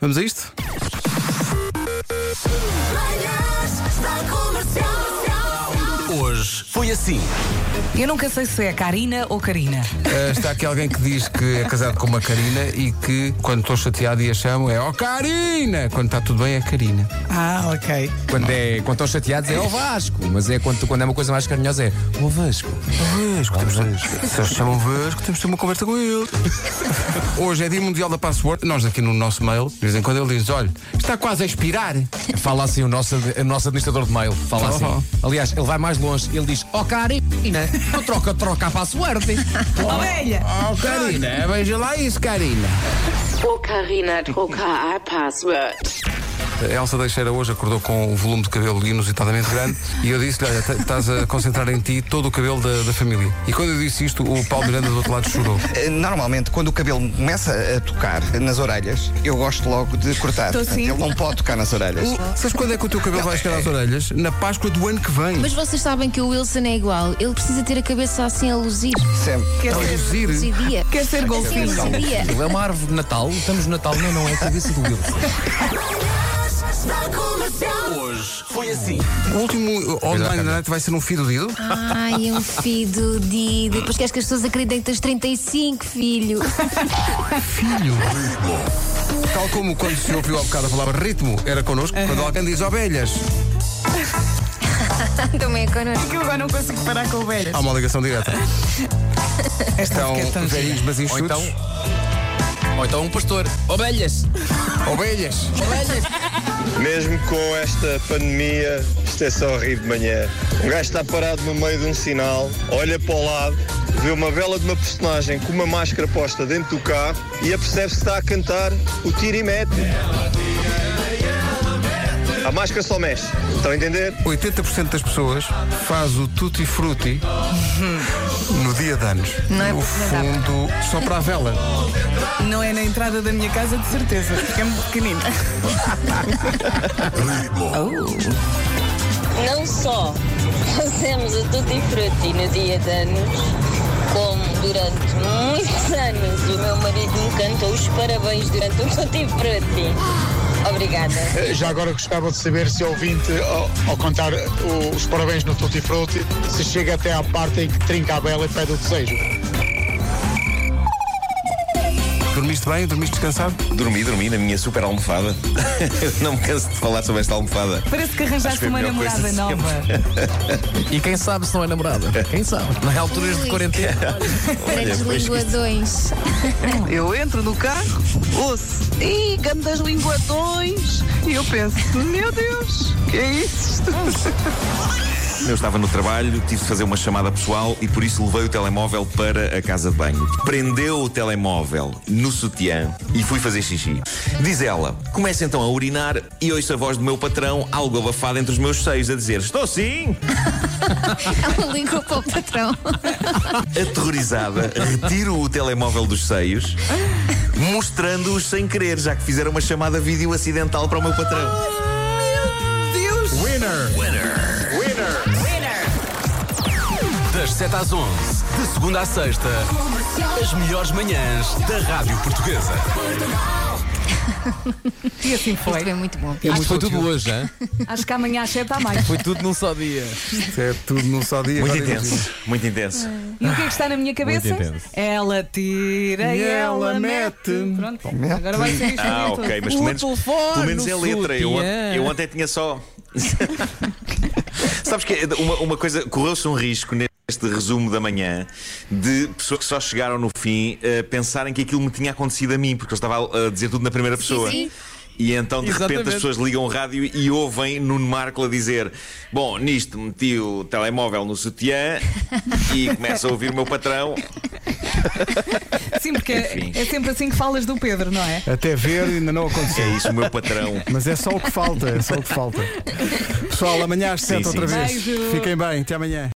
Vamos a isto? Manhãs da Comercial. Hoje foi assim. Eu nunca sei se é Karina ou Karina. Ah, está aqui alguém que diz que é casado com uma Karina e que quando estou chateado e a chamo é ó Karina! Quando está tudo bem é Karina. Ah, ok. Quando, é, quando estão chateados é o Vasco, mas é quando, quando é uma coisa mais carinhosa é o oh, Vasco. Vasco, temos de, se eles chamam Vasco, temos de ter uma conversa com ele. Hoje é Dia Mundial da Password. Nós aqui no nosso mail, de vez em quando ele diz: olha, está quase a expirar. Oh. Fala assim o nosso, o nosso administrador de mail. Fala assim. Fala, Aliás, ele vai mais longe. Ele diz: Ó Karina, não troca, troca a password. Ovelha! Ó Karina, veja lá isso, Karina. Ô Karina, troca a password. A Elsa Deixeira hoje acordou com um volume de cabelo inusitadamente grande e eu disse-lhe: Olha, t- estás a concentrar em ti todo o cabelo da, da família. E quando eu disse isto, o Paulo Miranda do outro lado chorou. Eh, Normalmente, quando o cabelo me começa a tocar nas orelhas, eu gosto logo de cortar. Tô Portanto, sim. Ele não pode tocar nas orelhas. Sabes quando é que o teu cabelo vai chegar às orelhas? Na Páscoa do ano que vem. Mas vocês sabem que o Wilson é igual. Ele precisa ter a cabeça assim a luzir. Sempre. Quer Não, ser, reduzir. Luzidia. quer ser Assim a golfinho? luzidia. Ele é uma árvore de Natal. Estamos no Natal. Não, não, é a cabeça do Wilson. Manhãs da Comercial. Hoje foi assim. O último uh, online da night vai ser um filho dido. Ai, um filho de. Depois queres que as pessoas acreditem que tens 35, filho. Tal como quando se ouviu há bocado a palavra ritmo, era connosco. Quando alguém diz ovelhas, Também é connosco. Que eu agora não consigo parar com ovelhas. há uma ligação direta. Esta Então, música é tão gira. velhinhos, mas Ou enxutos. então. Ou então um pastor. Ovelhas. Ovelhas. Mesmo com esta pandemia, isto é só rir de manhã. Um gajo está parado no meio de um sinal, olha para o lado, vê uma vela de uma personagem com uma máscara posta dentro do carro e apercebe-se que está a cantar o tiro e mete. A máscara só mexe. Estão a entender? 80% das pessoas faz o tutti frutti no dia de anos. Não é no porque não dá fundo, só para a vela. Não é na entrada da minha casa, de certeza, porque é muito pequenino. Não só fazemos a Tutti Frutti no dia de anos, como durante muitos anos o meu marido me cantou os parabéns durante o Tutti Frutti. Obrigada. Eh, Já agora gostava de saber se o ouvinte, ao, ao contar eh, o- os parabéns no Tutti Frutti, se chega até à parte em que trinca a bela e pede o desejo. Dormiste bem? Dormiste descansado? É Dormi, dormi na minha super almofada. não me canso de falar sobre esta almofada. Parece que Acho que arranjaste foi a uma melhor coisa assim. namorada de nova. E quem sabe se não é namorada? Quem sabe? Na alturas de Ui. quarentena. Grandes pois isto- linguadões. Eu entro no carro, ouço, e das linguadões, e eu penso, meu Deus, que é isso? Eu estava no trabalho, tive de fazer uma chamada pessoal e por isso levei o telemóvel para a casa de banho. Prendeu o telemóvel no sutiã e fui fazer xixi. Diz ela, começa então a urinar e ouço a voz do meu patrão, algo abafado entre os meus seios, a dizer: Estou sim! Ela ligou É um para o patrão. Aterrorizada, retiro o telemóvel dos seios, mostrando-os sem querer, já que fizeram uma chamada vídeo acidental para o meu patrão. Das 7 às 11, de segunda à sexta, as melhores manhãs da Rádio Portuguesa. E assim foi. Isto é muito bom. Acho que foi tudo hoje, hein? Acho que amanhã às 7 há mais. Foi tudo num só dia. Isto é tudo num só dia. Muito Agora imagina. intenso, muito intenso. E o que é que está na minha cabeça? Muito intenso. Ela tira E e ela ela, mete. mete. Pronto, agora vai ser isto. Ah, ok, mas pelo menos, pelo menos é no letra. Eu, sutiã. eu ontem tinha só. Sabes que é, uma, uma coisa, correu-se um risco neste resumo da manhã de pessoas que só chegaram no fim a pensarem que aquilo me tinha acontecido a mim, porque eu estava a dizer tudo na primeira pessoa. sim. E então de repente Exatamente. as pessoas ligam o rádio e ouvem Nuno Marco a dizer: Bom, nisto meti o telemóvel no sutiã e começa a ouvir o meu patrão. Sim, porque Enfim. é, é sempre assim que falas do Pedro, não é? Até ver, ainda não aconteceu. É isso, o meu patrão. Mas é só o que falta, é só o que falta. Pessoal, amanhã às 7 Sim, outra sim. vez. Beijo. Fiquem bem, até amanhã.